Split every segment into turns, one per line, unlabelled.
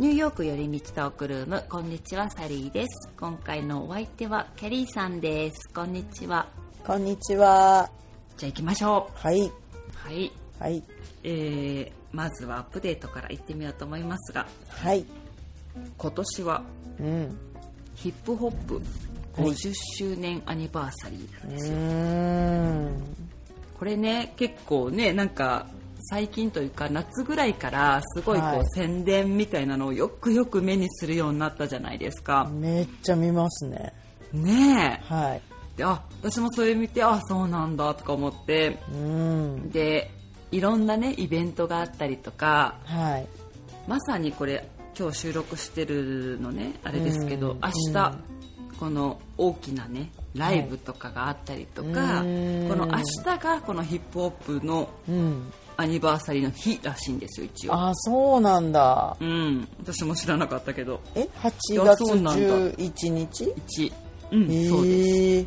ヨーク寄り道トークルームこんにちはサリーです今回のお相手はキャリーさんですこんにちは
こんにちは。
じゃあ行きましょ
はい。
うはい
はい。
えー、まずはアップデートから行ってみようと思いますが
はい。
今年は
うん。
ヒップホップ50周年アニバーサリーなん
う
ですよ、
ーん。
これね結構ねなんか最近というか夏ぐらいからすごいこう、
はい
宣伝みたいなのをよくよく目にするようになったじゃないですか、
めっちゃ見ますね。
ねえ
はい。
であ私もそれ見てあそうなんだとか思って
うん。
でいろんなねイベントがあったりとか
はい。
まさにこれ今日収録してるのねあれですけど、
うん
明日、この大きなねライブとかがあったりとか、
はいうん
この明日がこのヒップホップの
うん。
アニバーサリーの日らしいんですよ一応
あ、そうなんだ。
うん私も知らなかったけど
え、8
や
月
そうなんだ
11日
1うん、
え
そうです
ー、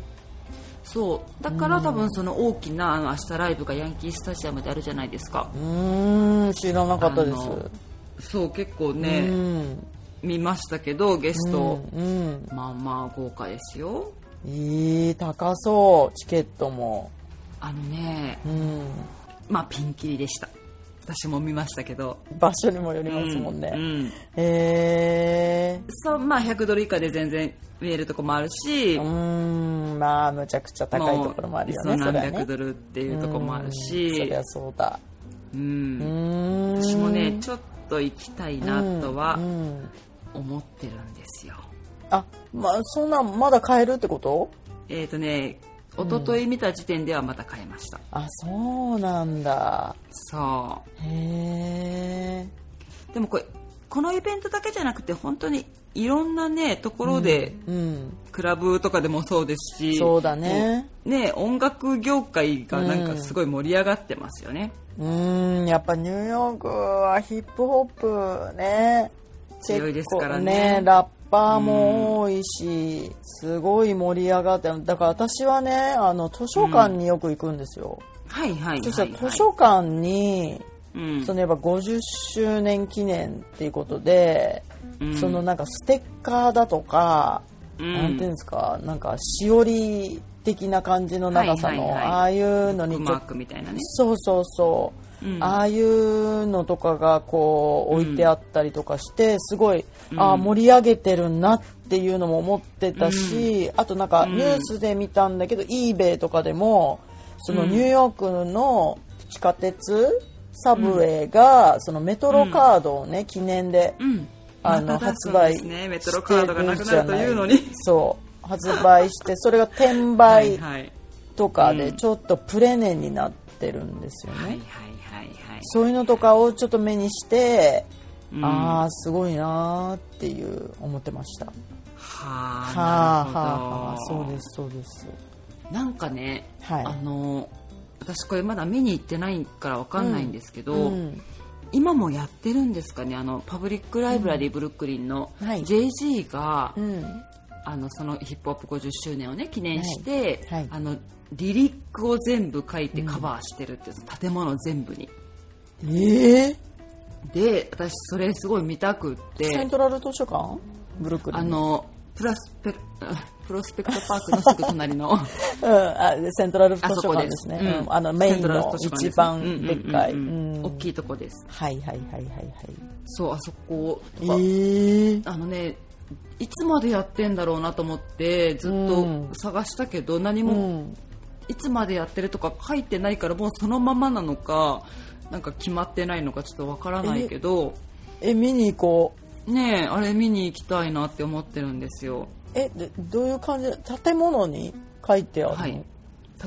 そうだから多分その大きなあの明日ライブがヤンキースタジアムであるじゃないですか
うーん、知らなかったです
あ。のそう結構
う
ね、
ん。
見ましたけどゲスト、
うん。
まあまあ豪華ですよ
えー、高そう、チケットも。
あのね
うん。
まあピンキリでした私も見ましたけど
場所にもよりますもんね。
うんうん
え
そうまあ100ドル以下で全然見えるとこもあるし、
ー、うーん、まあ、むちゃくちゃ高いところもあるよね、
もう
そ
そう
れはね。
何百ドルっていうとこもある
うんそ
し
りゃそうだ
う
うんーん
私もねちょっと行きたいなとは
うんうん
思ってるんですよ
あまあそんなんまだ買えるってこと
えっ、とね一昨日見た時点ではまた買いました、
あそうなんだ
そ
へえ
うでもこれこのイベントだけじゃなくて本当にいろんなねところで、
うん
クラブとかでもそうですし
そうだね
ね音楽業界がなんかすごい盛り上がってますよね、
うーんやっぱニューヨークはヒップホップね
強いですからね
結構ラッパーも多いし、すごい盛り上がってだから私はねあの図書館によく行くんですよ、
はいはい
そ
は
した
い、
ら
はい
図書館に
うん
そのやっぱ50周年記念っていうことで、
うん
そのなんかステッカーだとか、
うん
なんていうんですかなんかしおり的な感じの長さ
はいは
の、
いはい
ああいうのに
ブック
ちょ
マー
っと
クみたいなね
そうそうそう、
うん
ああいうのとかがこう置いてあったりとかしてすごい、ああ盛り上げてるなっていうのも思ってたし、あとなんかニュースで見たんだけど、eBay とかでもそのニューヨークの地下鉄サブウェイがそのメトロカードをね、記念で
うんま
あの
た出す
発
ん
売
です
して
ねメ
る
トロカードがなく
じ
な
ゃ
ると
ない
いうのに
そう発売してそれが転売
はいはい
とかでちょっとプレネになってるんですよね、
はいはいはいはい
そういうのとかをちょっと目にして、
うん
ああすごいなーっていう思ってましたは
はあなる
あはあ
ほど
はあそうですそうです
なんかね、
はい
あの私これまだ見に行ってないからわかんないんですけど、
うん
今もやってるんですかねあのパブリックライブラリーブルックリンの
はい
JG が、
うん
あのそのヒップホップ50周年をね記念して、
はいはい
あのリリックを全部書いてカバーしてるっていう、建物全部に
ええ
で私それすごい見たくっ
セン
て
トラル図書館ブルックリン
あのプラスペ プロスペクトパークのすぐ隣 の
うん、あセントラル図
あそ
書
こで
館です
す
ね
うん
うんあのメイン
セトラル
の
図書館
一
す
番でっかい、
うんうんうんうん
うん
大きいとこです
はいはいはいはい
そうあそことか、
はいええ
あのねいつまでやってんだろうなと思ってずっ
うん
と探したけど、何
う
も
ん
いつまでやってるとか書いてないからもうそのままなのかなんか決まってないのかちょっとわからないけど
え見に行こう
ねえあれ見に行きたいなって思ってるんですよ
えでどういう感じ建物に書いてあるの、
はい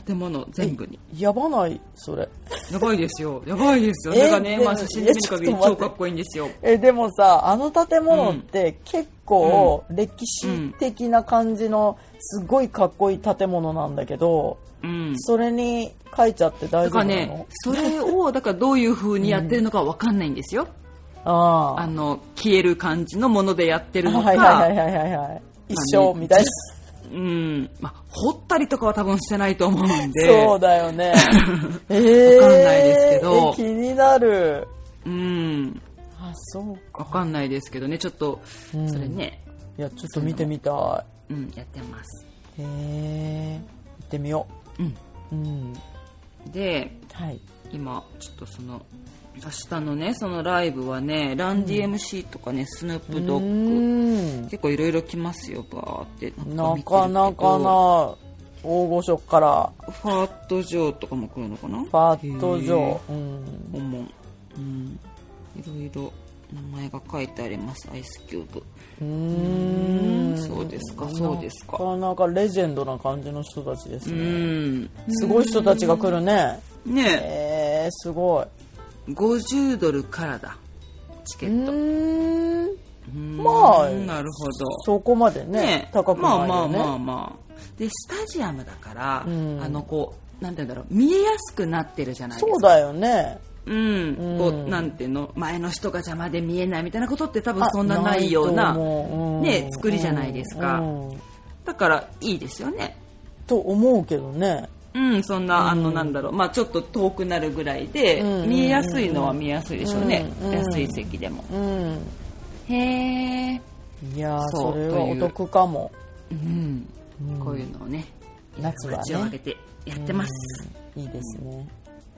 建物全部に
やばないそれ
やばいですよやばいですよ
え
それがね、
でも
まあ、写真で見る限り
いやちょっと待っ
超
て
かっこいいんですよ
えでもさあの建物って結構歴史的な感じのすごいかっこいい建物なんだけど、
うん
それに書いちゃって大
だ
丈
か
夫
ら
な
ね
の、
それ をだからどういう風にやってるのかわかんないんですよ、
あ
あの消える感じのものでやってる
あ
のか、
はいはいはいはいはいはい一生みたいな、
うんまあ、掘ったりとかは多分してないと思うんで
そうだよ ねえー、
わかんないですけど
え気になる
うん、
あそう
わかんないですけどねちょっと
うん
それね、
いやちょっと見てみた
うんやってます
いへえ行ってみよ
うん
ううん
で
はい
今ちょっとその明日のねそのライブはねランディ MC とかね、スヌープド
う
ッグ
ん
結構いろいろ来ますよバーって
な
見
ん
てるけど
かなかな大御所から
ファットジョーとかも来るのかな
ファットジョ
へ
ー、うん、
顧問うんいろいろ名前が書いてありますアイスキューブ
うーん
そうですかそうですか
なかなかレジェンドな感じの人たちです
う
ね、
ん
すごい人たちが来るね
ね
えー、すごい
え50ドルからだチケ
う
ット
ーん
うん
まあ
なるほど
そこまでね
ねえ
高くないよね、
まあまあまあまあでスタジアムだからあ
うん
のこうなんて言うんだろう見えやすくなってるじゃないですか
そうだよね
うん
うん
こうなんていうの前の人が邪魔で見えないみたいなことって多分
あ
そんなないような
と思ううん
ね作りじゃないですか
うん
だからいいですよね
と思うけどね
うん、そんな、あの、なんだろう、まあちょっと遠くなるぐらいで、
うん
見えやすいのは見えやすいでしょうね。
うん
安い席でも。
うん
へえ。
いやー
そう
それはお得かも
うん。
うん
こういうのをね、
夏は
口を開
ね
けてやってます。
いいですね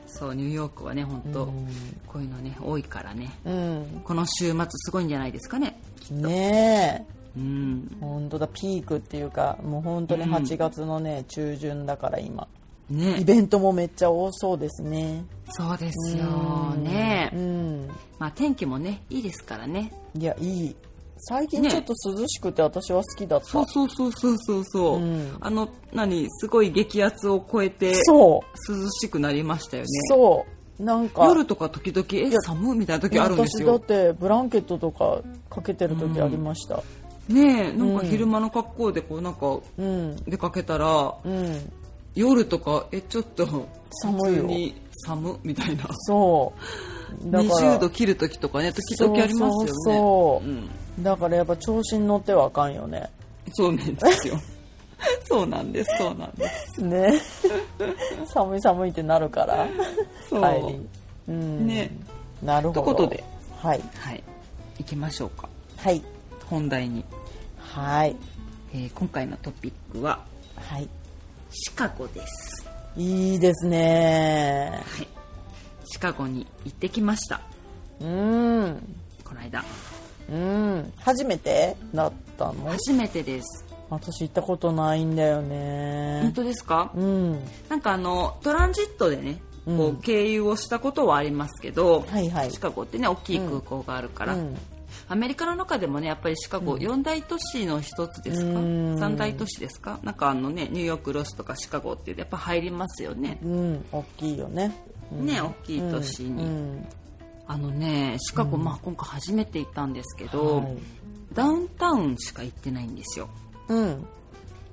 そう、ニューヨークはね、本当、
うん
こういうのね、多いからね。
うん
この週末すごいんじゃないですかね。
ねえ
うん。
本当だピークっていうかもう本当に
うん
8月のね、中旬だから今イ
ね。
ベントもめっちゃ多そうですね
そうですよね
う。ん
まあ天気もね、いいですからね。
いやいい最近
ね
ちょっと涼しくて私は好きだった、
そうそうそうそうそうそう。
うん
あの、何、すごい激圧を超えて。
そう
涼しくなりましたよね。
そうなんか
夜とか時々、え、寒いみたいな時あるんです
私だっ
よ。
てブランケットとかかけてる時ありました
ねえ、なんか昼間の格好でこうなんか
うん
出かけたら、
うん
夜とか、え、ちょっと
寒い
普
よ
通に寒みたいな。
そうだから
20度切る時とかね、時々ありますよね。
そうそうそう
うん。
だからやっぱ調子に乗ってはあかんよね
そうなんですよ。 そうなんです、そうなんです。
ね 寒い寒いってなるから
そう。
帰りうん
ね
なるほど
ということで
はい
はい。行きましょうか。
はい
本題に。
はい
えー今回のトピックは、
はい
シカゴです。
いいですね
はい。シカゴに行ってきました。
うん
この間
うん初めてだったの
初めてです
私行ったことないんだよ
本
ね
当ですか、
うん
なんかあのトランジットでねこう、
うん
経由をしたことはありますけど、
はいはい
シカゴってね大きい空港があるから、
うん
アメリカの中でもねやっぱりシカゴ4大都市の一つですか、
うん
3大都市ですかなんかあのねニューヨークロスとかシカゴってやっぱ入りますよね、
うん、大きいよね。うん
ね大きい都市に、
うん
あのねシカゴ、まあ今回初めて行ったんですけど、
はい
ダウンタウンしか行ってないんですよ
うん、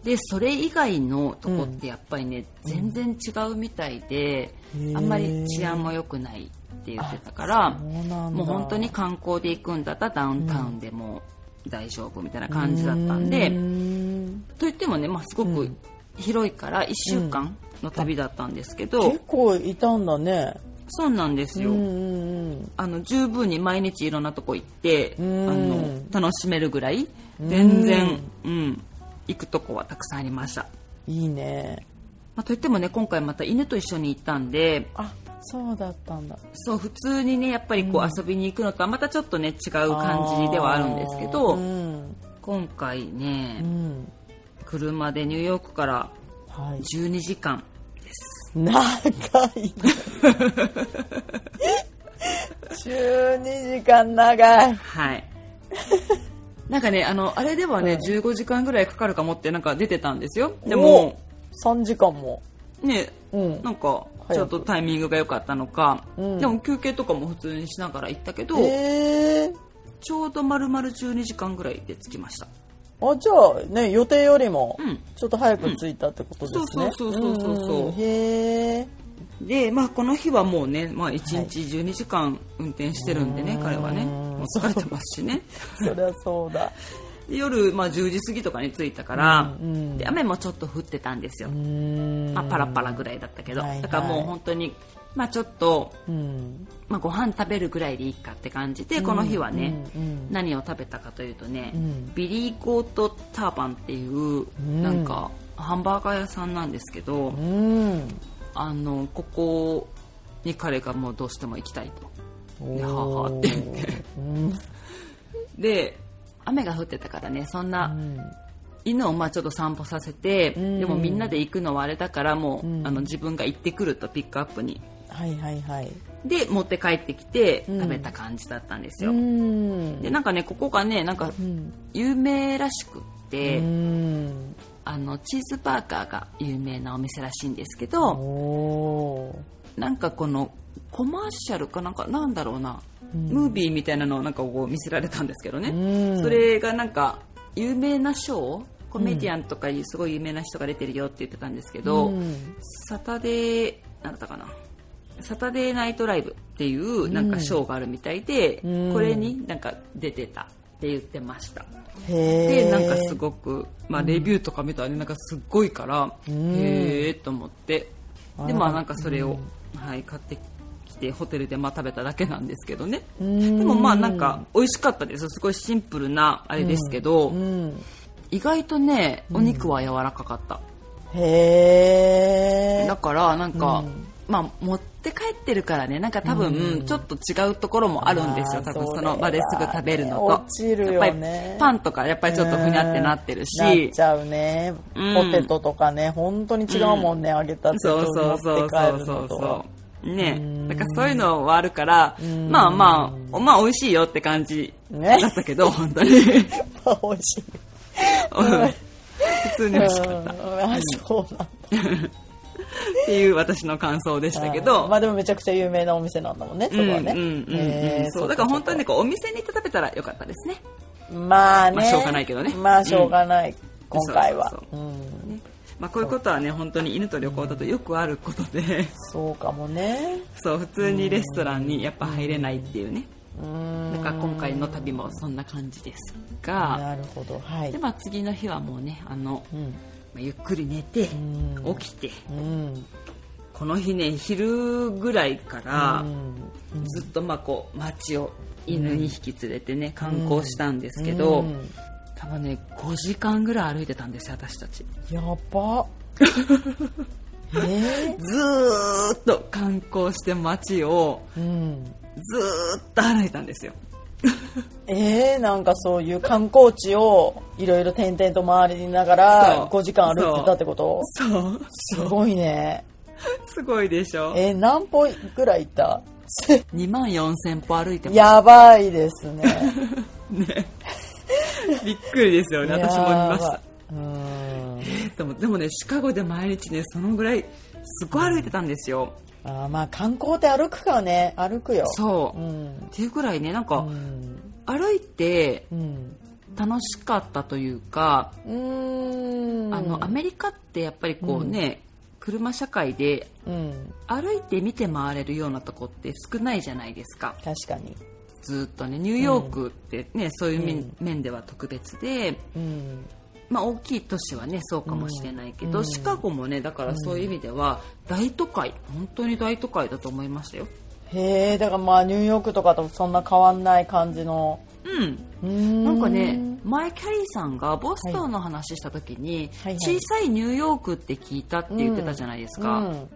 でそれ以外のとこってやっぱりね、全然違うみたいで、
へー
あんまり治安も良くないって言ってたから
そうなんだ
もう本当に観光で行くんだったらダウンタウンでも大丈夫みたいな感じだったんで、
うん
といってもね、まあ、すご
う
く
ん
広いから1週間の旅だったんですけど、
結構いたんだね。
そうなんです
うん
よ、
うん
あの十分に毎日いろんなとこ行って、
うん
あの楽しめるぐらい全然、うん、行くとこはたくさんありました。
うん、いいね。
まあ、といってもね今回また犬と一緒に行ったんで
あ、そうだったんだ。
そう普通にねやっぱりこう遊びに行くのとはまたちょっとね違う感じではあるんですけ
あーう
ど
ん、
今回
う
ね
ん、
車でニューヨークから
はい。
12時間
長い、 ね。12時間長い。
はい なんかねあのあれではね15時間ぐらいかかるかもってなんか出てたんですよでも
3時間も。
ね
うん
なんか
早く
ちょっとタイミングが良かったのか、
うん
でも休憩とかも普通にしながら行ったけど、
えー、
ちょうど丸々12時間ぐらいで着きました
あじゃあね予定よりも
うん
ちょっと早く着いたってことですね。
うんそうそうそうそうそう
うんへえ。
で、まあ、この日はもうね、まあ、1日12時間運転してるんでね、彼はねもう疲れてますしね
そりゃそうだ。
で夜、まあ、10時過ぎとかに着いたから、
うんうん
で雨もちょっと降ってたんですよ、
うーん
まあ、パラパラぐらいだったけど、
はいはい
だからもう本当にまあちょっと、
うん
まあ、ご飯食べるぐらいでいいかって感じで、この日はね、
うんうん
何を食べたかというとね、
うん
ビリーゴートターバンっていう、
ん
なんかハンバーガー屋さんなんですけど、
うん
あのここに彼がもうどうしても行きたいとではあはあって言って
うん
で雨が降ってたからねそん
う
なん犬をまあちょっと散歩させて、
うん
でもみんなで行くのはあれだからもう、
うん
あの自分が行ってくるとピックアップに
はいはいはい
で持って帰ってきて
うん
食べた感じだったんです
う
よ、
ん
でなんかねここがねなんか
うん
有名らしくって、
うん
あのチーズバーガーが有名なお店らしいんですけど
おー
なんかこのコマーシャルかなんかなんだろうな、
うん
ムービーみたいなのをなんかこう見せられたんですけどね、
うん
それがなんか有名なショーコメディアンとかいうすごい有名な人が出てるよって言ってたんですけど、
うん
サタデーなんだったかなサタデーナイトライブっていうなんかショーがあるみたいで、
うん
これになんか出てたって言ってました、
へ
で
え
なんかすごく、まあ、レビューとか見たらねなんかすっごいから、
うん
へえと思って
あ
で
ら
まあなんかそれを、はい、買ってきてホテルでまあ食べただけなんですけどね
で
でもまあなんか美味しかったですすごいシンプルなあれですけど、
うん
意外とねお肉は柔らかかった、
へえ
だからなんか、
うん
まあ持って帰ってるからねなんか多
う
分
ん
ちょっと違うところもあるんですよ
あー
多分
それ
その場ですぐ食べるのと
落ちるよね
やっぱりパンとかやっぱりちょっとふにゃってなってるし、
なっちゃうね、
うん
ポテトとかね本当に違うもんね、揚げたて
そう
と
そ
持
う
って
そう
帰
そう
る
そ
の
う
と
そうね
うん
だからそういうのはあるから
ん
まあまあおまあ美味しいよって感じ
ね
だったけど本当にうん
あ美味しい
普通に美味しかったっ
うんあそうなんだ
ていう私の感想でしたけど、
まあでもめちゃくちゃ有名なお店なんだもんねそ
うんうん
こ
う
はね、
ん
へ
う
ー
ん、そうだから本当にねこうお店に行って食べたらよかったですね
まあね、
まあしょうがないけどね
まあしょうがない、今回は
そうそう
うん
ねまあ、こういうことはね本当に犬と旅行だとよくあることで
そうかもね
そう普通にレストランにやっぱ入れないっていうね
うん
だから今回の旅もそんな感じですが
なるほどはい
で、まあ、次の日はもうねあの、
うん
まあゆっくり寝て
ん
起きて
うん
この日ね昼ぐらいから
うん
ずっとまあこう街を犬に引き連れてね観光したんですけ
う
ど
ん
多分ね5時間ぐらい歩いてたんですよ私たち
や ばえ
ずーっと観光して街を
ーうん
ずーっと歩いたんですよ
えー、なんかそういう観光地をいろいろ点々と回りながら
そう
5時間歩いてたってこと
そう
すごいね
すごいでしょ
えー、何歩ぐらい行った
2万4000歩歩いてます
やばいですね
ねびっくりですよね私も見ました
やばいうーん
でもでもねシカゴで毎日ねそのぐらいすごい歩いてたんですよ
あーまあ観光って歩くからね歩くよ
そう、
う
っ
ん
ていうぐらいねなん
う
か
ん
歩いて
うん
楽しかったというか、
うーん
あのアメリカってやっぱりこうね、車社会で
うん
歩いて見て回れるようなとこって少ないじゃないですか
確かに
ずっとねニューヨークってね、そういう面,、面では特別で、
うん
まあ、大きい都市はねそうかもしれないけど、
うん
シカゴもねだからそういう意味では大都会本当に大都会だと思いましたよ
へえだからまあニューヨークとかとそんな変わんない感じの
うん
うーん
なんかねマイ・キャリーさんがボストンの話した時に、
はいはいはい
小さいニューヨークって聞いたって言ってたじゃないですか、
うん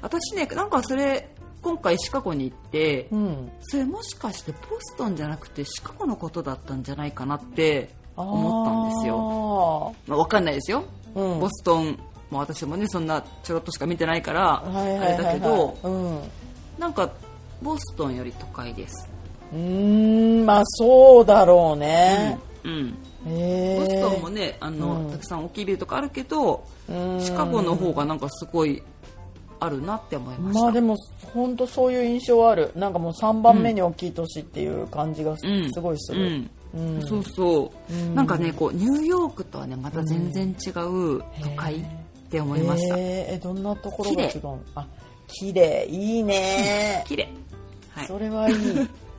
私ねなんかそれ今回シカゴに行って、
うん
それもしかしてボストンじゃなくてシカゴのことだったんじゃないかなって思ったんですよ、
よ
まあ、分かんないですよ
うん
ボストンも私もねそんなちょろっとしか見てないからあ
はいはいはいはい
れだけど
うんう
なんかボストンより都会です、
ーんまあそうだろうね、
うん、
へえ
ボストンもねあの、
うん
たくさん大きいビルとかあるけど
うん
シカゴの方がなんかすごいあるなって思いました、
まあでも本当そういう印象はあるなんかもう3番目に大きい都市っていう感じがす,、
うん
ごいする、う
うんんそうそう、
うん
なんかねこうニューヨークとはねまた全然違う都会って思いました、
へええどんなところが違うのあ綺麗い いね、
綺麗、はい、
それはいい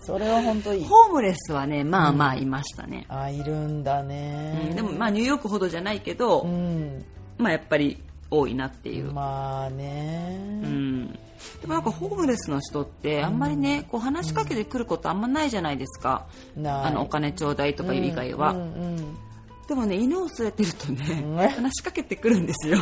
それは本当いい
ホームレスはねまあまあいましたね、
あいるんだ
うん
ね、
でもまあニューヨークほどじゃないけど、
うん
まあやっぱり多いなっていう、
まあね、
うんでもなんかホームレスの人ってあんまりね、こう話しかけてくることあんまないじゃないですか、
な
あのお金ちょうだいとか以外は、
うんうん
でもね犬を連れてるとね、
ね
話しかけてくるんですよ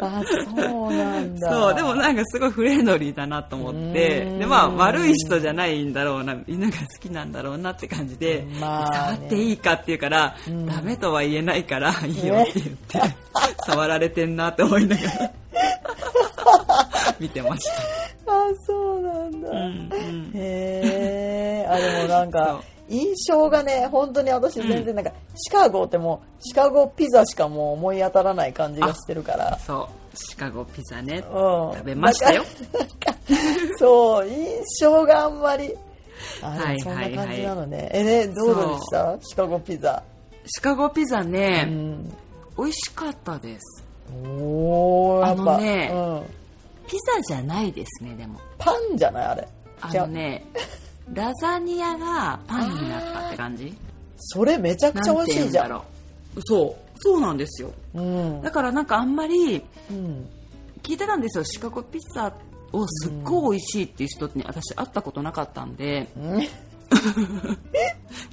あそうなんだ
そうでもなんかすごいフレンドリーだなと思って
うん
でまあ悪い人じゃないんだろうな犬が好きなんだろうなって感じで、
まあ
触
ね
っていいかって言うから、ダメとは言えないからいいよって言って、触られてんなって思いなが ら見てました
あそうなんだ、
うんうん
へえあでもなんか
そ
印象がね本当に私全然なんか、シカゴってもうシカゴピザしかもう思い当たらない感じがしてるから
そうシカゴピザね
うん
食べましたよ
なんかなんかそう印象があんまりあで
はい
もそんな感
は
じ
い
な
は
のね、えねどうでしたシカゴピザ、
シカゴピザ
う
ね、
ん、
美味しかったです
おおやっぱ
あのね
うん、
ピザじゃないですねでも
パンじゃないあれ
あ
じゃ
のねラザニアがパンになったって感じ
それめちゃくちゃ
な
美
んて
味し
言う
い
ん
じゃ
だ
ん
ろうそうそうなんですよ
うん
だからなんかあんまり
うん
聞いてたんですよシカゴピザをすっごい美味しいっていう人に私会ったことなかったんで、
うん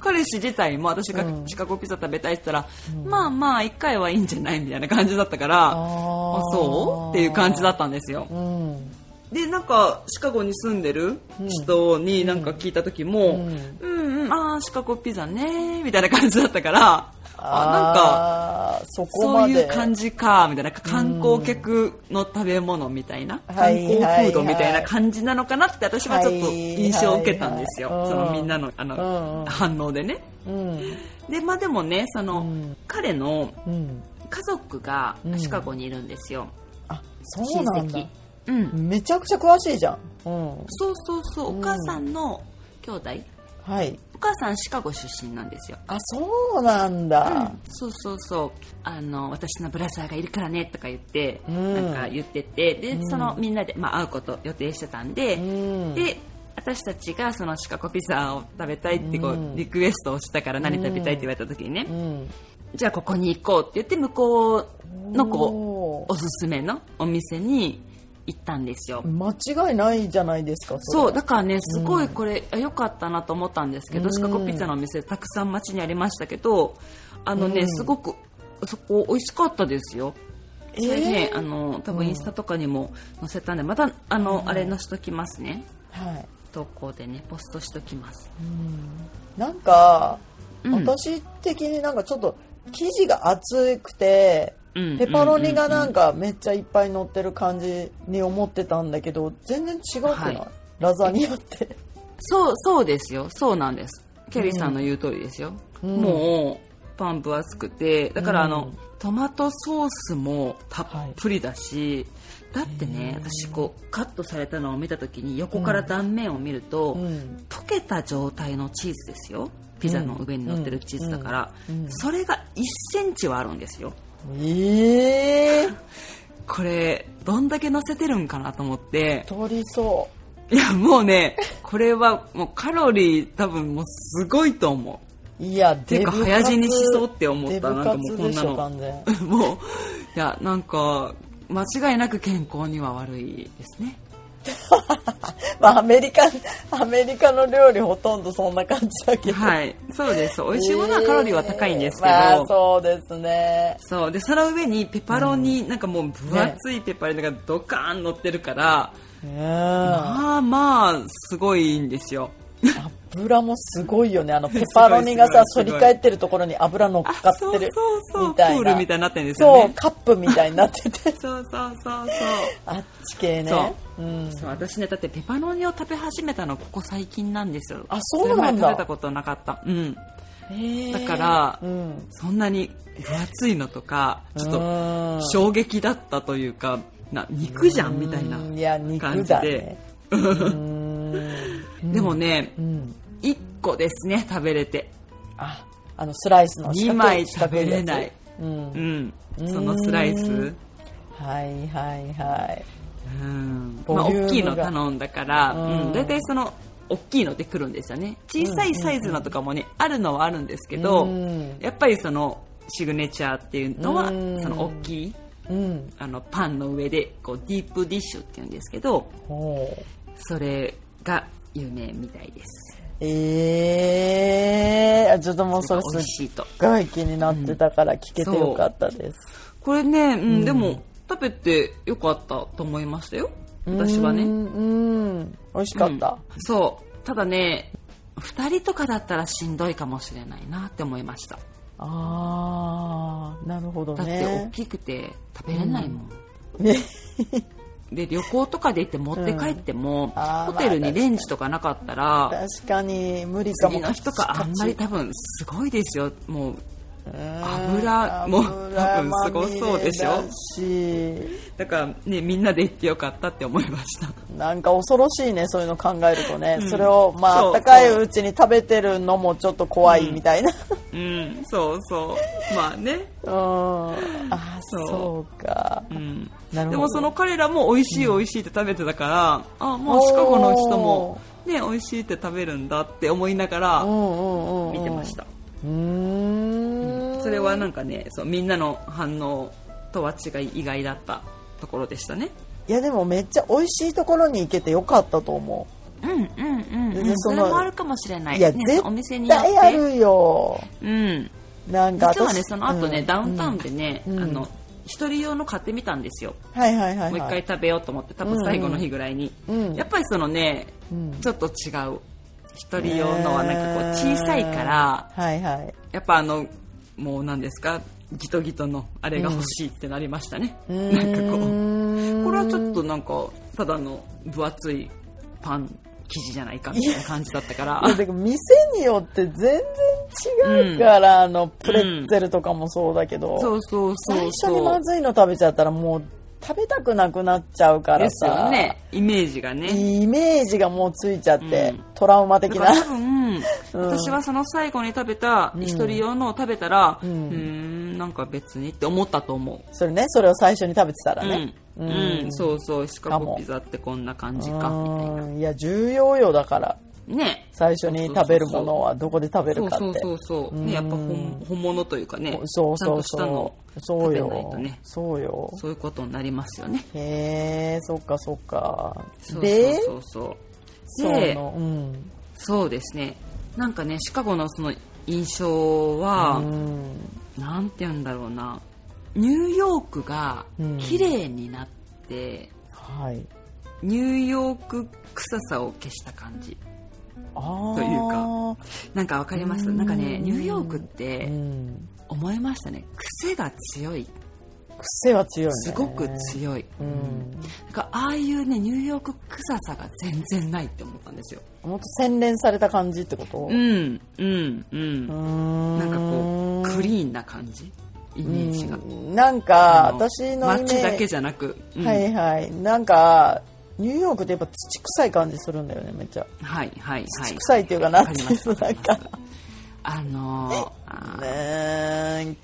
彼氏自体も私が
うん
シカゴピザ食べたいって言ったら、まあまあ一回はいいんじゃないみたいな感じだったから、
あ
あ
ー
そうっていう感じだったんですよ
うん
でなんかシカゴに住んでる人になんか聞いた時も、
うん
うんうん、ああ、シカゴピザね、みたいな感じだったから、あ
あなんかそ
なん
こ
か、そ
ま
う
で
いう感じか、みたいな、観光客の食べ物みたいな、
は
観
い
光フードみたいな感じなのかなって、私はちょっと
はい
印象を受けたんですよ。
はいはい
そ
うん
のみんなのあ
うん
の、反応でね。
うん
で、まあでもね、その、
うん
彼の
うん
家族が
うん
シカゴにいるんですよ。
あそうなんだ
親戚。うん。
めちゃくちゃ詳しいじゃんうん
そうそうそう、お母さんの兄弟、
はい
お母さんシカゴ出身なんですよ。
あそうなんだ
そうそうそうあの私のブラザーがいるからねとか言って、
うん
なんか言っててで、
うん
そのみんなで、まあ、会うこと予定してたんで、
うん
で私たちがそのシカゴピザを食べたいってこう、
うん
リクエストをしたから何食べたいって言われた時にね
う、ん
じゃあここに行こうって言って向こうのこ
お
うおすすめのお店に行ったんですよ。
間違いないじゃないですかれ
そうだからねすごいこれあ良、かったなと思ったんですけど、
うん
シカゴピザのお店たくさん街にありましたけどあのね、
うん
すごくそこ美味しかったですよ。
えー
それね、あの多分インスタとかにも載せたんでまたあの、あれ載しときますね
はい
投稿でねポストしときます。
なんか、
うん
私的になんかちょっと生地が厚くて、
うん
ペパロニがなんかめっちゃいっぱい乗ってる感じに思ってたんだけど全然違くない、
はい
ラザニアって
そうそうですよそうなんですケリーさんの言う通りですよ、
うん
もうパン分厚くてだからあの、
うん
トマトソースもたっぷりだし、だってね私こうカットされたのを見た時に横から断面を見ると、
ん
溶けた状態のチーズですよピザの上に乗ってるチーズだから、
うんうん
それが1センチはあるんですよ
ええー、
これどんだけ乗せてるんかなと思って
取りそ
いやもうねこれはもうカロリー多分もうすごいと思う
ういや
ていうか
デブ
早
活
死にしそうって思ったなんかもう
デ
こんな
ブ活でしょ
の
完全
もういやなんか間違いなく健康には悪いですね
まあアメリカアメリカの料理ほとんどそんな感じだけど、
はいそうです美味しいものはカロリーは高いんですけど、
えーまあそうですね
そうでその上にペパロニ、なんかもう分厚いペパロニがドカーン乗ってるから、
うん
まあまあすごいんですよ
油もすごいよねあのペパロニがさ
す
反
ごいすごい
り返ってるところに油乗っ
あ
かっ
そう
てる
そうそう
み
プ
たいな
ールみたいになってるんです
そ
よ
う
ね
カップみたいになってて
そうそ うそうそう
あっち系ね、
そう
ん、
そう私ねだってペパロニを食べ始めたのここ最近なんですよ
あそうなんだ
それ前食べたことなかったうんだから
うん
そんなに分厚いのとかちょっと
と
衝撃だったというかな肉じゃんみたいない
や肉
感じ
だ
で
ねうん
でもね
うん
1個ですね食べれて
ああのスライスの四角
二
い
枚食べれない
四角いやつう
うんん
うん
そのスライス
はいはいはい
うん
ボ
まあ
リューム
大
が
きいの頼んだから
うん
うん大体その大きいので来るんですよね小さいサイズのとかもねあるのはあるんですけど
うん
やっぱりそのシグネチャーっていうのは
うん
その大きい
うん。
あのパンの上でこうディープディッシュっていうんですけど
ほう。
それが有名みたいです
ええー、ちょっともうそれ
美味し
す
いと
っごい気になってたから聞けてよかったです。
これね、うんでも食べてよかったと思いましたよ私はね
うん、うん美味しかっ
うん
た。
そうただね2人とかだったらしんどいかもしれないなって思いました
ああ、なるほど
だって大
ね。
きくて食べれないもん、
ね、
で旅行とかで行って持って帰っても、
あー
ホテルにレンジとかなかったら
確かに無理かも。
次の日とかあんまり多分すごいですよもう
油
油も多分すごそうでしょ
し
だからねみんなで行ってよかったって思いました
なんか恐ろしいねそういうの考えるとね、それをまあ
そ
あっ
う
たかいうちに食べてるのもちょっと怖いみたいな、
うんそうそうまあね
うん、ああ
そう
そうか
うん
なるほど
でもその彼らも美味しい美味しいって食べてたから、あもうシカゴの人もね美味しいって食べるんだって思いなが
う
ら
んうんうんうん
見てました、
うーん
それはなんかねそうみんなの反応とは違い意外だったところでしたね
いやでもめっちゃ美味しいところに行けてよかったと思
うんうんうん、
でそ
そ
の
れもあるかもしれな
う
い
いや、
ねお店
絶
によって
対あるよ
うん、
なんか
実はね
私
その後ね、
うん
ダウンタウンでね、
うん
あの一人用の買ってみたんですよ、
はいはいはい、はい、
もう一回食べようと思って多分最後の日ぐらいに、
うん
やっぱりそのね、
うん
ちょっと違う一人用のはなんかこう小さいから、
えーはいはい
やっぱあのもう何ですかギトギトのあれが欲しいってなりましたね、
うん
なんかこうこれはちょっとなんかただの分厚いパン生地じゃないかみたいな感じだったから
いやだから店によって全然違うから、あのプレッツェルとかもそうだけど、
そうそうそう
最
そう
初にまずいの食べちゃったらもう食べたくなくなっちゃうから
です
さ、
よねイメージがね
イメージがもうついちゃって、
うん
トラウマ的
だか
な
ら多分、私はその最後に食べた
ん
一人用のを食べたら、
う
うんーん、なんか別にって思ったと思う。
それねそれを最初に食べてたらね
うん、うんそうそう、シカゴピザってこんな感じか、みたいな。
うんいや重要よだから
ね。
最初に食べるものはどこで食べ
そ
る
う
かって
そうそうそう、ね、やっぱ本本物というかね、
そう
ちゃ
そ
ん
う
としたの
そ
を食
うそう
べないと
よ
ね、
そうよ
そういうことになりますよね。
へえそっかそっか
そう
で
そうそうそう。
そう
で、
のうん
そうですね。なんかね、シカゴのその印象は、
うん
なんて言うんだろうなニューヨークが
うん
綺麗になって、
はい
ニューヨーク臭さを消した感じ
ああ
というかなんかわかります
うん
なんかねニューヨークっ
う
て
ん
思いましたね癖が強い
癖は強いね
すごく強い、
う
うん
ん
なんかああいうねニューヨーク臭さが全然ないって思ったんですよ
もっと洗練された感じってこと
うんうんうん
うー
なんかこうクリーンな感じイメージが
うんなんか
あの
私のイメー
街
ジ
だけじゃなく、うん
はいはいなんかニューヨークってやっぱ土臭い感じするんだよねめっちゃ
はいはいはい
土臭いっていうかな
わ
ん
か
て
り
いう
ます
の
わか
なん
りま
か
すあのーあ
う
ー
ーん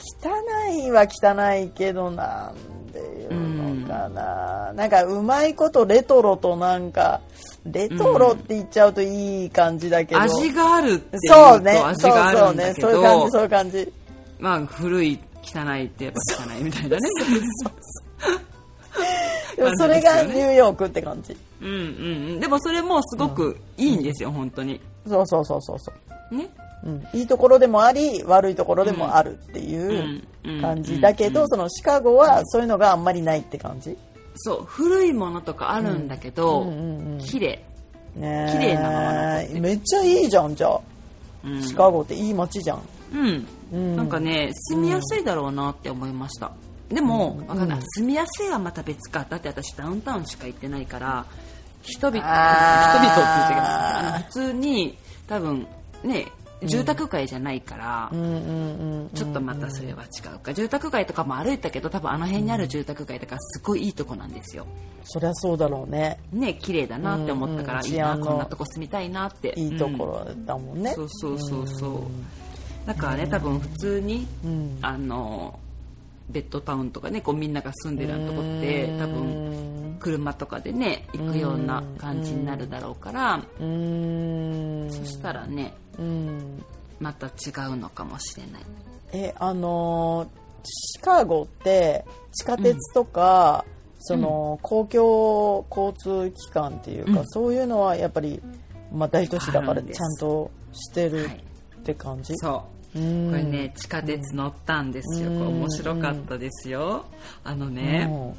汚いは汚いけどなんでいうのかな、なんかうまいことレトロとなんかレトロって言っちゃうといい感じだけど、
味があるっていう
そうね
と味
そう
が
そ
ある
うん
だ
ね
け
そういう感じそう
ど
いう感じ
まあ古い汚いってやっぱ汚いみた いなね
でもそ
感じ
れ
です
が
よね
ニューヨークって感じ
うんうんうんでもそれもすごくいいんですよ本当に
そうそうそうそうそう
ね
うん、いいところでもあり悪いところでもあるっていう
うんうん
感じだけど、そのシカゴはそういうのがあんまりないって感じ、
そう古いものとかあるんだけど
うんうんうん
綺麗
ねえ
綺麗なまま残ってる
めっちゃいいじゃんじゃあ、
うん
シカゴっていい街じゃん
うん
うん
なんかね住みやすいだろうなって思いましたでもわかんない住みやすいはまた別かだって私ダウンタウンしか行ってないから人々人々って言っちゃいけない
あ
あの普通に多分ね住宅街じゃないから、
うんうんうん
ちょっとまたそれは違うか住宅街とかも歩いたけど多分あの辺にある住宅街だからすごいいいとこなんですよ
そりゃそうだろうね
ね綺麗だなって思ったか
う
ら
ん
い
うん
いな
治安の
こんなとこ住みたいなって
いいところだもんね、
そうそうそうそうだからね多分普通に、
ん
あのベッドタウンとかねこうみんなが住んでるようなとこって多分車とかでね行くような感じになるだろうから
うん
そしたらね
うん
また違うのかもしれない
えあのーシカゴって地下鉄とか、その公共交通機関っていうか、
うん
そういうのはやっぱり、まあ、大都市だか
あ
ら
る
ち
ん
ゃ
です
んとしてる
はい
って感じ、
そううこ
ん
れね地下鉄乗ったんですよこ
う
れ
ん
面白かったですよあの
う
ね
ん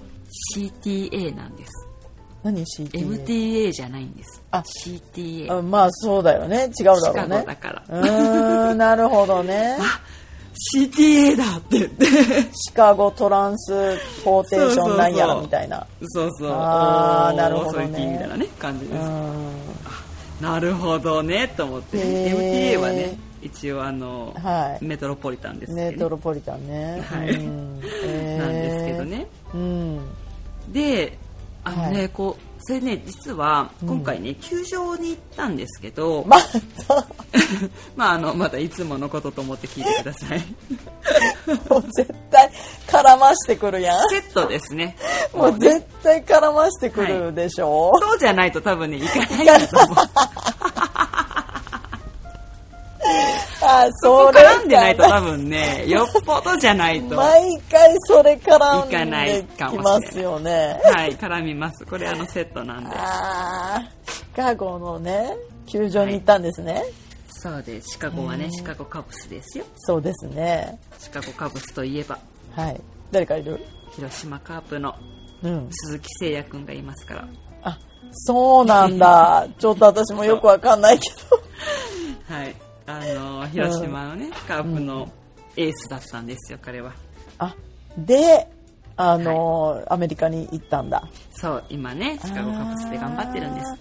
CTA なんです
何 CT
MTA じゃないんです
あ
CTA
あまあそうだよね違うだ
シ
ろ
カ
う
ゴ
ね
だから
うーんなるほ どね
CTA だって言って
シカゴトランスポーテーションなんやらみたいな
そうそう
あー
お
なるほ
そ
どね
ういう気みたいなね感じ
う
です
ん
なるほどねと思ってね、
へー
MTA はね一応あの、
はい
メトロポリタンです
メ
け
ト
ど、
ロポリタンね、
はい
うんえー
なんですけどね
うん
であのね、
は
こうそれね実は今回ね、球場に行ったんですけど、ま
また
ああの まだいつものことと思って聞いてくださ い
もう絶対絡ましてくるやん
セットですね
もう絶対絡ましてくるでしょ、
そうじゃないと多分ね行かないんだと思う
あ
そこ
それ
絡んでないと多分ねよっぽどじゃないとは
毎回それ
いかな
絡
い
んで
かもしれ
き
ない
ますよね
い絡みますこれあのセットなんで
あーシカゴのね球場に行ったんですね、
そうですシカゴはねシカゴカブスですよ
そうですね
シカゴカブスといえば
はい誰かいる
広島カープの
うん
鈴木誠也君がいますから
あそうなんだちょっと私もよくわかんないけど
はいあのー広島のねカープのエースだったんですよ彼は
あであのー、アメリカに行ったんだ
そう今ねシカゴカブスで頑張ってるんです
あー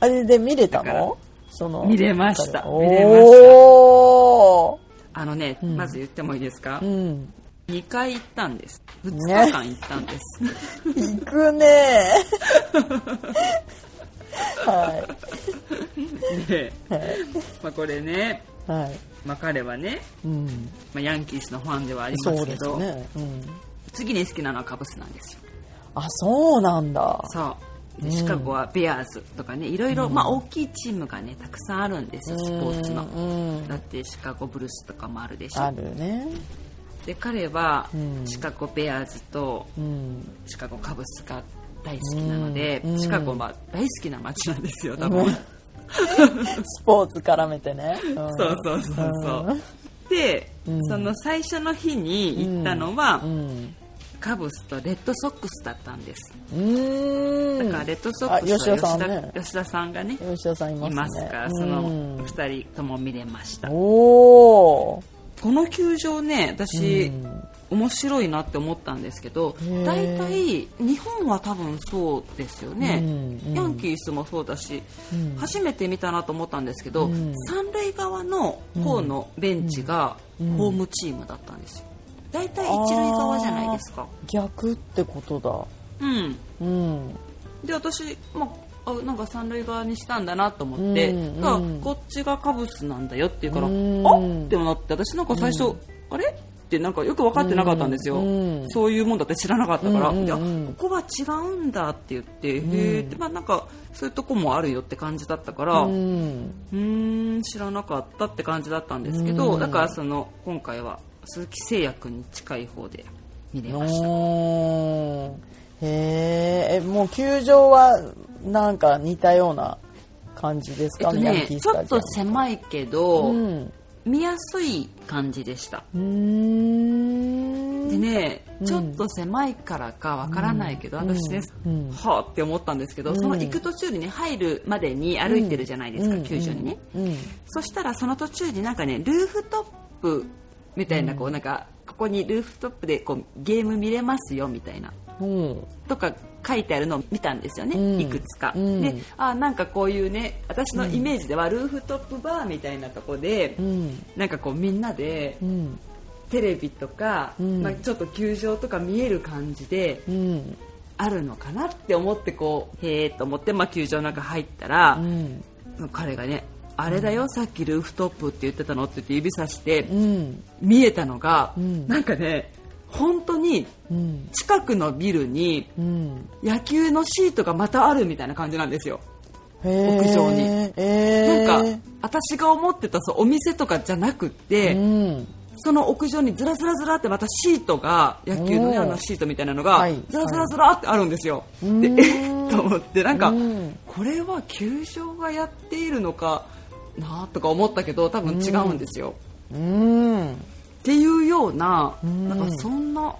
あれで見れた
だから
のその
見れました
お
見れました
お
あのね、
ん
まず言ってもいいですか
ーうん
2回行ったんです2日間行ったんです、
行くね は
で、
いはい
まあ、これね、
はい
まあ、彼はね、
うん
まあ、ヤンキースのファンではありま
そ
す
う
け
です
ど、
ね、うん、
次に好きなのはカブスなんですよ
あそうなんだ
そうでシカゴはベアーズとかねいろいろ、まあ、大きいチームがねたくさんあるんですよスポーツの、
うんうん
だってシカゴブルースとかもあるでし
あ
ょ
るね
で彼は
うん
シカゴベアーズと
うん
シカゴカブスが大好きなので、
うん
シカゴは大好きな街なんですよ多分、
うん スポーツ絡めてね、うん
そうそうそうそうで、
うん
その最初の日に行ったのは、
うん
カブスとレッドソックスだったんです
うー
だ
ん
からレッドソックスは
あ吉田さんね
吉田さんがね
吉田さんいます
い
ね
ますから、
うん
その2人とも見れました
おお
この球場ね私、
うん
面白いなって思ったんですけど
へー
大体日本は多分そうですよね、
うんうん
ヤンキースもそうだし、
うん
初めて見たなと思ったんですけど、
うん
三塁側の方のベンチが
うん
ホームチームだったんですよ大体一塁側じゃないですか
逆ってことだ
うん
うん
で私、まあ、あなんか三塁側にしたんだなと思って、
うんうん
だからこっちがカブスなんだよって言うから、
うん
あってなって私なんか最初、あれってなんかよく分かってなかったんですよ、
うん
そういうもんだって知らなかったから、
うんうんうん
いやここは違うんだって言って、へえって、まあ、なんかそういうとこもあるよって感じだったから、
う
うんーん知らなかったって感じだったんですけど、
うん
だからその今回は鈴木誠也君に近い方で見れました。
おーへーえもう球場はなんか似たような感じです
えっ
か、
と
ヤン
ね、
キース
ちょ
タ
っ
ジア
と
ム
狭いけど、
うん
見やすい感じでした
うーん
でね、
うん
ちょっと狭いからかわからないけど、
うん
私ね、
うん
はあって思ったんですけど、
うん
その行く途中にね入るまでに歩いてるじゃないですか、
うん
球場にね、
うん
そしたらその途中になんかねルーフトップみたいなこうなんかここにルーフトップでこうゲーム見れますよみたいな
うん
とか書いてあるのを見たんですよね、
うん
いくつか、
うん
であなんかこういうね私のイメージではルーフトップバーみたいなとこで、
うん
なんかこうみんなで
うん
テレビとか、
うん
まあ、ちょっと球場とか見える感じで
うん
あるのかなって思ってこうへえと思って、まあ、球場の中入ったら
う、ん
彼がねあれだよさっきルーフトップって言ってたのって言って指さして
うん
見えたのが、
うん
なんかね本当に
うん
近くのビルに
うん
野球のシートがまたあるみたいな感じなんですよ。
屋
屋上に
えー、
なんか私が思ってたそうお店とかじゃなくって、
うん
その屋上にずらずらずらってまたシートが野球のようなシートみたいなのが
はい
ずらずらずらってあるんですよ。で
うん
えっと思ってなんか
うん
これは球場がやっているのかなとか思ったけど多分違うんですよ。
うん
っていうような
うん
なんかそんな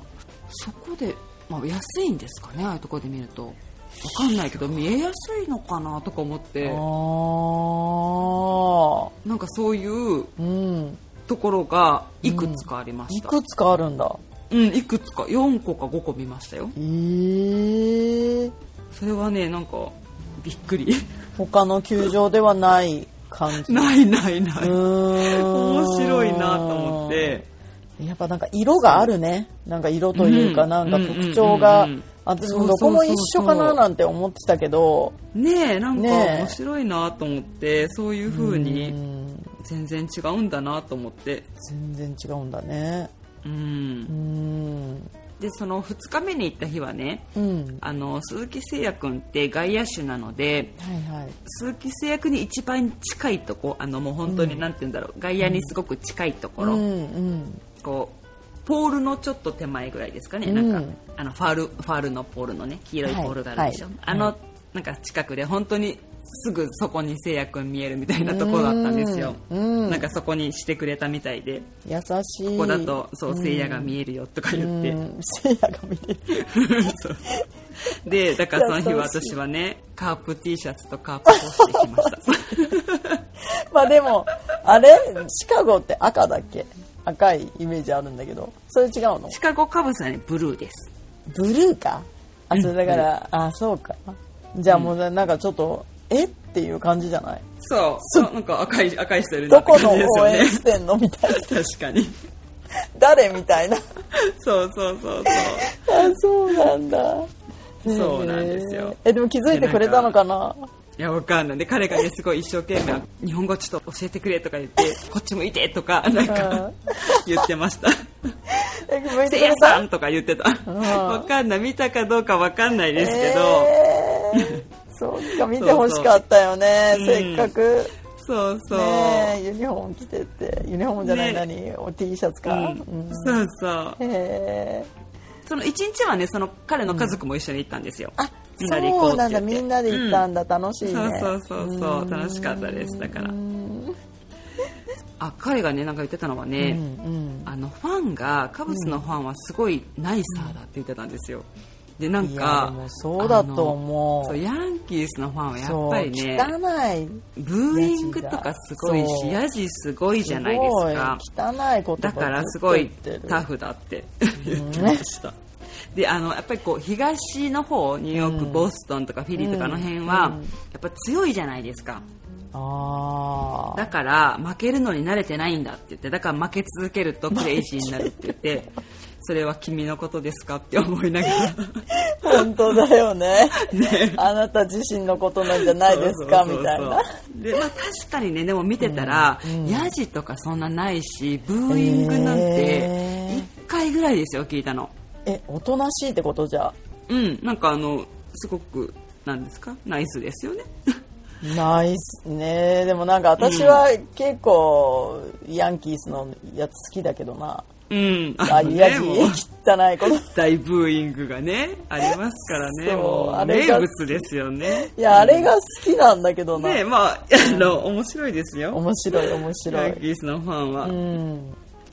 そこで、まあ、安いんですかねああいうところで見るとわかんないけど見えやすいのかなとか思っ
あ
て
ー
なんかそういう
うん
ところがいくつかありま
い
した、
くつかあるんだ
うんいくつか4個か5個見ましたよ
えー、
それはねなんかびっくり
他の球場ではない感じ
ないないな
う
い
ーん
面白いなと思って
やっぱなんか色があるねなんか色というか
うん
なんか特徴が、
うんうんうんうん
あで
そうそうそうそう
もどこも一緒かななんて思ってたけど
ねえなんか
ねえ
面白いなと思ってそういう風
う
に
ん
全然違うんだなと思って
全然違うんだね
うん
うん
でその2日目に行った日はね
うん
あの鈴木誠也君って外野手なので
はいはい
鈴木誠也君に一番近いとこあのもう本当に何て言うんだろう、外野にすごく近いところ、
うんうん
こうポールのちょっと手前ぐらいですかね、
うん
なんかあのファールファールのポールのね黄色いポールがあるでしょ、
はいはい
あの、なんか近くで本当にすぐそこに誠也君見えるみたいなところだったんですよ、
うんうん
なんかそこにしてくれたみたいで
優しい
ここだとそう誠也が見えるよとか言って、
うんせいやが見れる
そうでだからその日は私はねカープ T シャツとカープをしてきました
まあでもあれシカゴって赤だっけ赤いイメージあるんだけどそれ違う の
シカゴカブスはねブルーです
ブルーかあそれだから、あそうかじゃあもうななんかちょっと、えっていう感じじゃない
そうそうなんか赤い赤い人いるな
ど
って感
こ
じ
の
です
応
よ
援
ね
してんのみたいな
確かに
誰みたいな
そうそうそう
あそうなんだ
そうなんですよ
えーえでも気づいてくれたのかな
そういやわかんないで彼がねすごい一生懸命「日本語ちょっと教えてくれ」とか言って「こっち向いて」とかなん
う
か
ん
言ってました
え向
「
い
せ
て
い
くれ
や
た
さん」とか言ってたわかんない見たかどうかわかんないですけど、
えーそうか見てほしかったよね
そうそう
せっかく、
そうそう、
ねえユニフォーム着てってユニフォームじゃない、
ね
何お T シャツ
う
か、うん
ん、そうそう
へえ
その1日はねその彼の家族も一緒に行ったんですよ、
あ
みんなで行こう
そう
って言って
なんだみんなで行ったんだ、楽しいね
そうそうそうそう楽しかったですだからあ彼がねなんか言ってたのは
う
ね、
んうん
あのファンがカブスのファンはすごいナイサーだって言ってたんですよでなん
いや
か
でもそうだと
あの
思う
そうヤンキースのファンは
そ
や
う
っぱりね
汚い
ブーイングとかすごい
そ
し
う
ヤジすごいじゃないですか
ごい汚いこと
だからすごいタフだって 言ってました。であのやっぱりこう東の方ニューヨーク、ボストンとかフィリーとかあの辺は、
うん
やっぱ強いじゃないですか
あ
だから負けるのに慣れてないんだって言ってだから負け続けるとクレイジーになるって言 ってそれは君のことですかって思いながら
あ本当だよね あなた自身のことなんじゃないです
そ
か
うそうそう
みたいな
で、まあ、確かにねでも見てたら、ヤジとかそんなないしブーイングなん
へ
て
ー
1回ぐらいですよ聞いたの。
えおとなしいってことじゃ
うん、なんかあのすごくなんですかナイスですよね。
ナイスねでもなんか私は結構ヤンキースのやつ好きだけどな
うん、
ああ
の
いう
ね
やじ
もう
汚いこと
大ブーイングがねありますからね、
そう
もう
あれが
名物ですよね。
いや、あれが好きなんだけどな。
ねまあ あの面白いですよ。
面白い、面白
ヤン
い。
キースのファンは、
うん。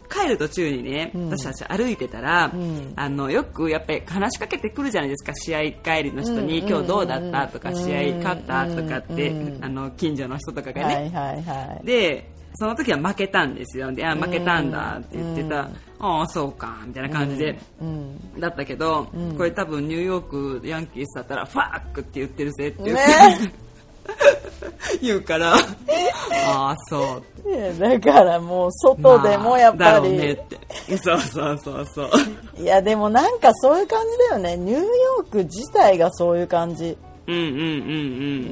帰る途中にね、私たち歩いてたら、
ん
あのよくやっぱり話しかけてくるじゃないですか試合帰りの人に、今日どうだったとか、試合勝ったとかって、あの近所の人とかがね、
はいはいはい。
でその時は負けたんですよであ負けたんだって言ってた、ああそうかみたいな感じで、
うん。
だったけど、これ多分ニューヨークヤンキースだったら「ファック!」って言ってるぜって言って、
ね
言う からああそう
え。だからもう、外でもやっ
まあだ
ぱ
ろう
り、
ねってそうそうそうそう
いや、でもなんかそういう感じだよね。ニューヨーク自体がそういう感じ。
うんうんうんう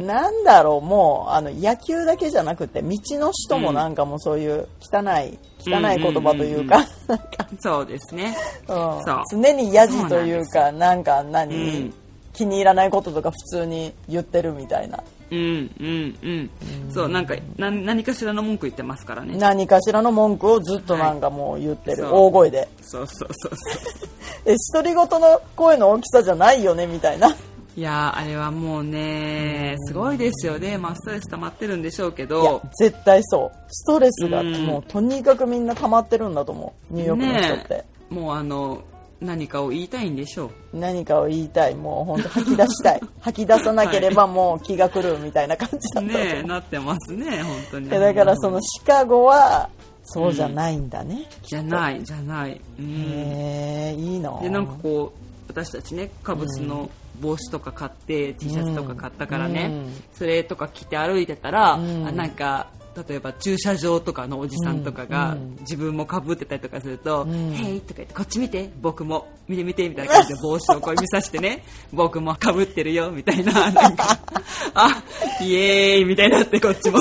ん
なんだろう、もう、あの、野球だけじゃなくて、道の人もなんかもうそういう汚い、汚い言葉というか、なんか
そうですね
うん
そう
常にヤジというかなんか何、
うん
気に入らないこととか普通に言ってるみたいな
うんうんうんそうなんかな何かしらの文句言ってますからね
何かしらの文句をずっとなんかもう言ってる、
はい
大声で
そうそうそうそう
え独り言の声の大きさじゃないよねみたいな
いやーあれはもうねすごいですよねまあストレス溜まってるんでしょうけ
いや
ど
絶対そうストレスが
うん
もうとにかくみんな溜まってるんだと思うニューヨークの人って、
ねえもうあの何かを言いたいんでしょう
何かを言いたいもう本当吐き出 したい吐き出さなければもう気が狂うみたいな感じだったと思 う
ねえなってますね本当に
いやだからそのシカゴはそうじゃないんだね、
じゃないじゃないうん
へえいいな
でなんかこう私たちねカブスの帽子とか買って T シャツとか買ったからね、
うん
それとか着て歩いてたら、
ん
あなんか例えば駐車場とかのおじさんとかが自分もかぶってたりとかすると「へい」とか言って「こっち見て僕も見て見て」みたいな感じで帽子をこう指さして ね「僕もかぶってるよ」みたいななんか 「あイエーイ」みたいになってこっ ちも。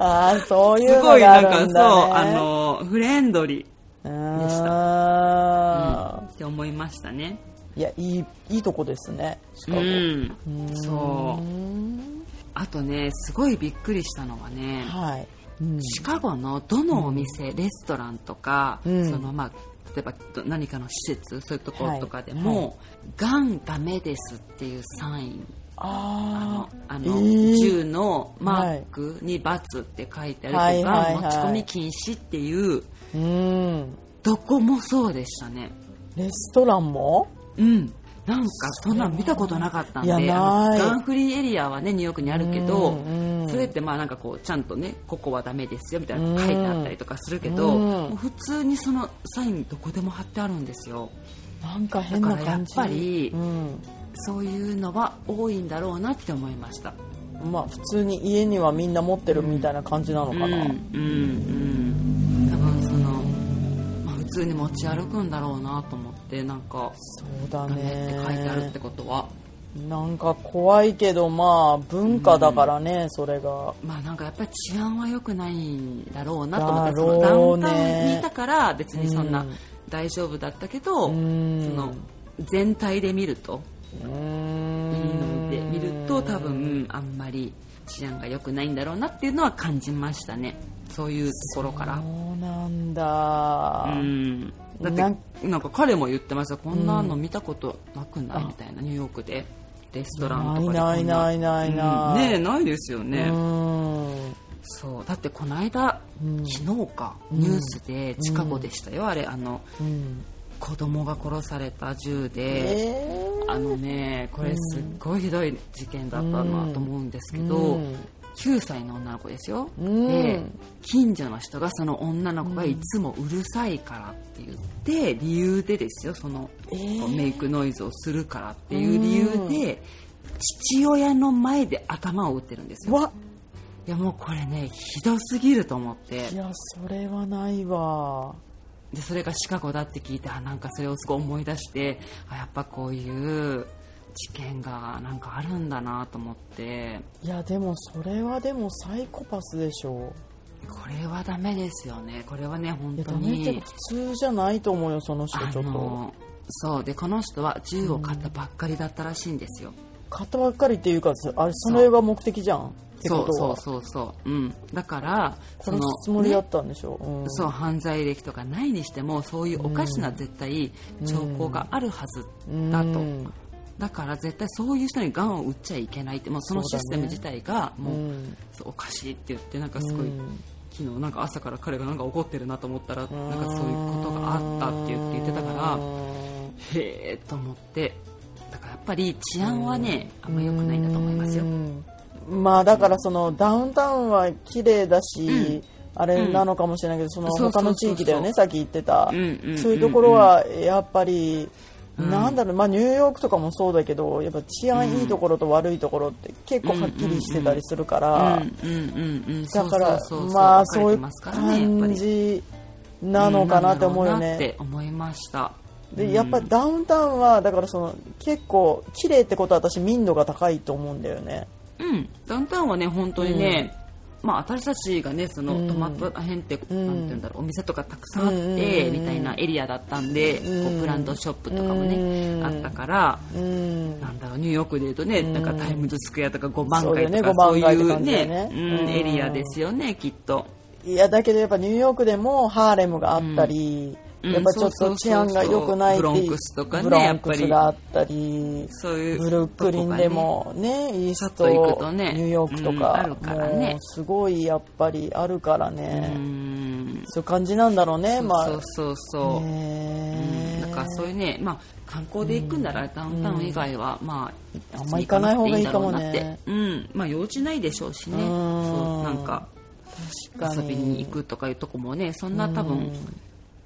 ああそういう
す
の
ごい
が
な
あ
んか
る
そ
ん
う
だ、ね
あのフレンドリ
う
でした
ー
ー
ん
って思いましたね。
いやいいいいとこですねシ
う
カゴ、
ん
う、ん
そうあとねすごいびっくりしたのはね、
はい、うん
シカゴのどのお店、レストランとか、
うん
そのまあ例えばど何かの施設そういうとこ
は
ろ
い
とかでも「がんダメです」っていうサインあ
あ
の
ー
あの、
えー
銃のマークに「×」って書いてあるとか、
はいはいはい
持ち込み禁止っていう
うん
どこもそうでしたね
レストランも
うんなんかそんなの見たことなかったんで
いやない
あのガンフリーエリアはねニューヨークにあるけど、
うんうん
それってまあなんかこうちゃんとねここはダメですよみたいなの書いてあったりとかするけど、
うん
もう普通にそのサインどこでも貼ってあるんですよ
なんか変な感じ
だからやっぱり
うん
そういうのは多いんだろうなって思いました
まあ普通に家にはみんな持ってるみたいな感じなの
う
か
んう
な、
んうん多分その、まあ、普通に持ち歩くんだろうなと思ってなんか
そうだ
ダメって
ね
書いてあるってことは
なんか怖いけどまあ文化だからね、それが
まあなんかやっぱり治安は良くないんだろうなと思って、
だ
そ
ろう
の
ね
ダウンタウンにいたから別にそんな
うん
大丈夫だったけど、
ん
その全体で見ると
うー
いいの
ん
で見ると多分あんまり治安が良くないんだろうなっていうのは感じましたねそういうところから。
そうなんだ、
うんだって
なん
なんか彼も言ってましたこんなの見たことなくないみたいなニューヨークでレストランとかでこん
ないないないないない
うんねえないですよね、
うん
そうだってこの間、
うん
昨日か
ん
ニュースでシカゴでしたよ、あれあの
うん
子供が殺された銃で、
えー
あのねこれすっごいひどい事件だったなと思うんですけど、
うん
9歳の女の子ですよ、
うん
で近所の人がその女の子がいつもうるさいからって言って理由でですよその、
えー
こうメイクノイズをするからっていう理由で、父親の前で頭を打ってるんですよ
わ
いやもうこれねひどすぎると思って
いやそれはないわ
でそれがシカゴだって聞いてあなんかそれをすごい思い出してあやっぱこういう事件がなんかあるんだなと思って
いやでもそれはでもサイコパスでしょ
これはダメですよねこれはね本
いや
当
ダメって
に
普通じゃないと思うよその人
あ
ちょっと
のそうでこの人は銃を買ったばっかりだったらしいんですよ、
買ったばっかりっていうかあれそれが目的じゃんって
そ
こ
う
と
そ
は
うそうそう、うん、だからそ
殺
の
すつもりだったんでしょ、うん
そう犯罪歴とかないにしてもそういうおかしな絶対兆候があるはずだと、
うん
だから絶対そういう人にがんを打っちゃいけないってもうそのシステム自体がもう
うん
そうおかしいって言ってなんかすごい、
うん
昨日なんか朝から彼がなんか怒ってるなと思ったらなんかそういうことがあったって言って言ってたからへえと思ってだからやっぱり治安はねあんま良くないんだと思いますよ
うんまあだからそのダウンタウンは綺麗だし、あれなのかもしれないけどその
そうそうそ
他
うそう
の地域だよねさっき言ってた、
うんうん
そういうところはやっぱり、なんだろうまあニューヨークとかもそうだけどやっぱ治安いいところと悪いところって結構はっきりしてたりするから、
うんうんうんうん
だから
そうそうそう
ま
分
あ
か
そう
れ
いう
てますからねやっぱ
感
り
じなのかなって思うよ
んな
ね。
んだろうなって思いました
でやっぱダウンタウンはだからその結構綺麗ってことは私民度が高いと思うんだよね
うん、ダウンタウンはね本当にね、まあ、私たちがねその泊まった辺って、
ん
なんて言うんだろうお店とかたくさんあっ
うん
て、みたいなエリアだったんで、こうブランドショップとかもね、
うん
あったから、
うん
なんだろうニューヨークでいうとね、なんかタイムズスクエアとか5番
そうだ
街
よね
とかそう,、
5番街って
いう
感じだ
ね
よね
うん、
うん
エリアですよねきっと。
いやだけどやっぱニューヨークでもハーレムがあったり、
うん
やっぱちょっと治安が良くないっていう
そうそうそうブロンクスとかね
ブロンクス
やっぱり
があったり
そういう
ブルックリンでもねイース
ち
ト
ょっと行くとね
ニューヨークと
うんあ
か,、
るからね
もうすごいやっぱりあるからね、
うん
そういう感じなんだろうねまあ
そうそうそう、
ね
うん、だからそういうね、まあ、観光で行くんなら、ダウンタウン以外は、まあ、
あんま行かない方がいいかもね
行かなくていいんだろうなって、うん、まあ、用事ないでしょうしね、
うん
そうなんか
確か
遊びに行くとかいうとこもね、そんな多分、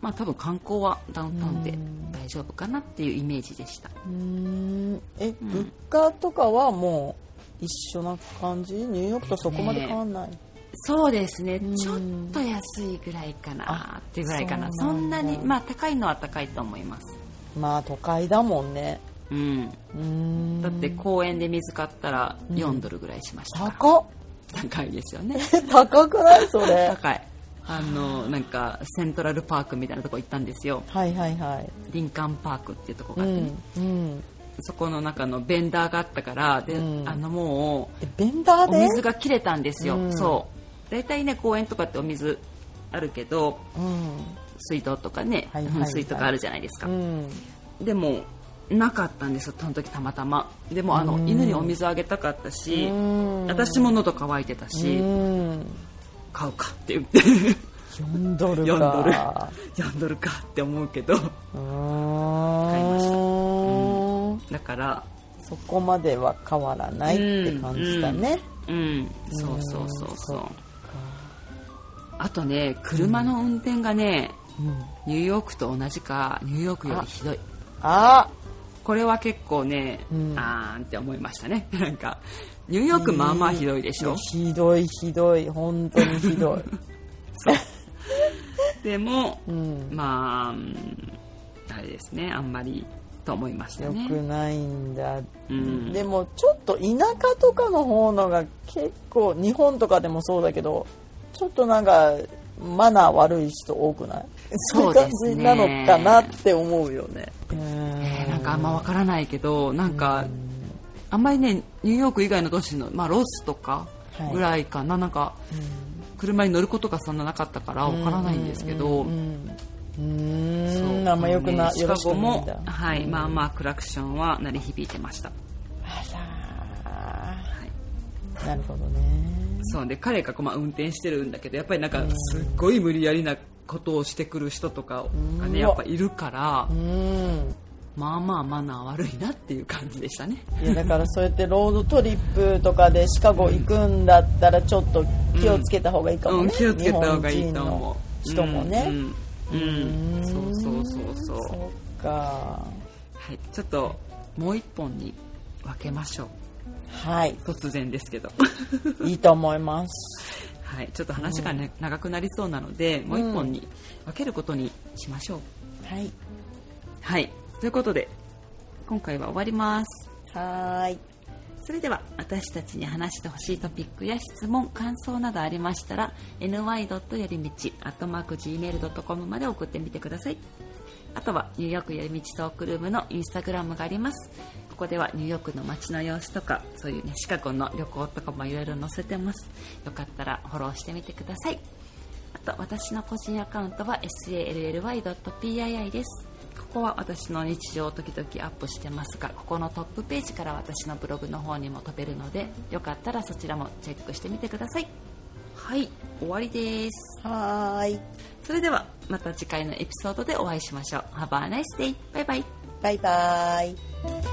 まあ、多分観光はダウンタウンで大丈夫かなっていうイメージでした。
うーんえ、物価とかはもう一緒な感じニューヨークとそこまで変わんない、
そうですね、
ん
ちょっと安いぐらいかなっていうぐらいかな、
そう
そ
なん
ん
だ
なに、まあ、高いのは高いと思います。
まあ都会だもんね
うん、
うーん
だって公園で水買ったら4ドルぐらいしましたから、
高っ
高いですよね
高くないそれ
高いあのなんかセントラルパークみたいなとこ行ったんですよ
はいはいはい
林間パークっていうとこ
う
があってね、
んうん
そこの中のベンダーがあったからで、
うん
あのも
えベンダ
う
ー
お
で
水が切れたんですよ、
うん
そう大体ね公園とかってお水あるけど
うん
水道とかね、
はいはいはい
水とかあるじゃないですか
う、ん
でもなかったんですよその時たまたまでもあの、
うん
犬にお水あげたかったし、
うん
私も喉乾いてたし、
うん
買うかって言って
4ドル
4ドル
か
4ドルかって思うけど
うー
買いました
ん
だから
そこまでは変わらないって感じだね
うんそうそうそうそうあとね車の運転がね、
うん
ニューヨークと同じかニューヨークよりひどい
あ
これは結構ね、
うん
あーんって思いましたねなんかニューヨークまあまあひどいでしょ、
ひどいひどい本当に ひどい
でも、
うん
まあうんあれですねあんまりと思いました
良
ね
くないんだ、
うん
でもちょっと田舎とかの方のが結構日本とかでもそうだけどちょっとなんかマナー悪い人多くない
そうですね
そういう感じなのかなって思うよね
えーなんかあんまわからないけどなんかあんまりねニューヨーク以外の都市の、まあ、ロスとかぐらいかな,、なんか車に乗ることがそんななかったからわからないんですけど、
うんうん
そう
うんあんまよくな、
ねシ
よ
カ
ろし
ゴ
くないん
も
だ、
はい、まあまあクラクションは鳴り響いてました、
あ
はい、
らなるほどね
そうで彼がこうまあ運転してるんだけどやっぱりなんかすっごい無理やりなことをしてくる人とかがね
う
や
わ
っぱいるから
うん
まあまあマナー悪いなっていう感じでしたね
いやだからそうやってロードトリップとかでシカゴ行くんだったらちょっと気をつけた方がいいかも
うん、
ね、
気をつけた方がいいと思う
日本人の人もね、
うん、うん
うん
そうそうそうそう
そっか
はいちょっともう一本に分けましょ
はい、
う突然ですけ ど
いいと思います。
はいちょっと話が、ね長くなりそうなのでもう一本に分けることにしましょう、
はい、
はいということで今回は終わります
はーい、
それでは私たちに話してほしいトピックや質問感想などありましたら ny. よりみち .gmail.com まで送ってみてくださいあとはニューヨークよりみちトークルームのインスタグラムがありますここではニューヨークの街の様子とかそういうねシカゴの旅行とかもいろいろ載せてますよかったらフォローしてみてくださいあと私の個人アカウントは sally.pii ですここは私の日常を時々アップしてますがここのトップページから私のブログの方にも飛べるのでよかったらそちらもチェックしてみてくださいはい終わりです
はーい、
それではまた次回のエピソードでお会いしましょう Have a nice day! バイバイ
バイバイ。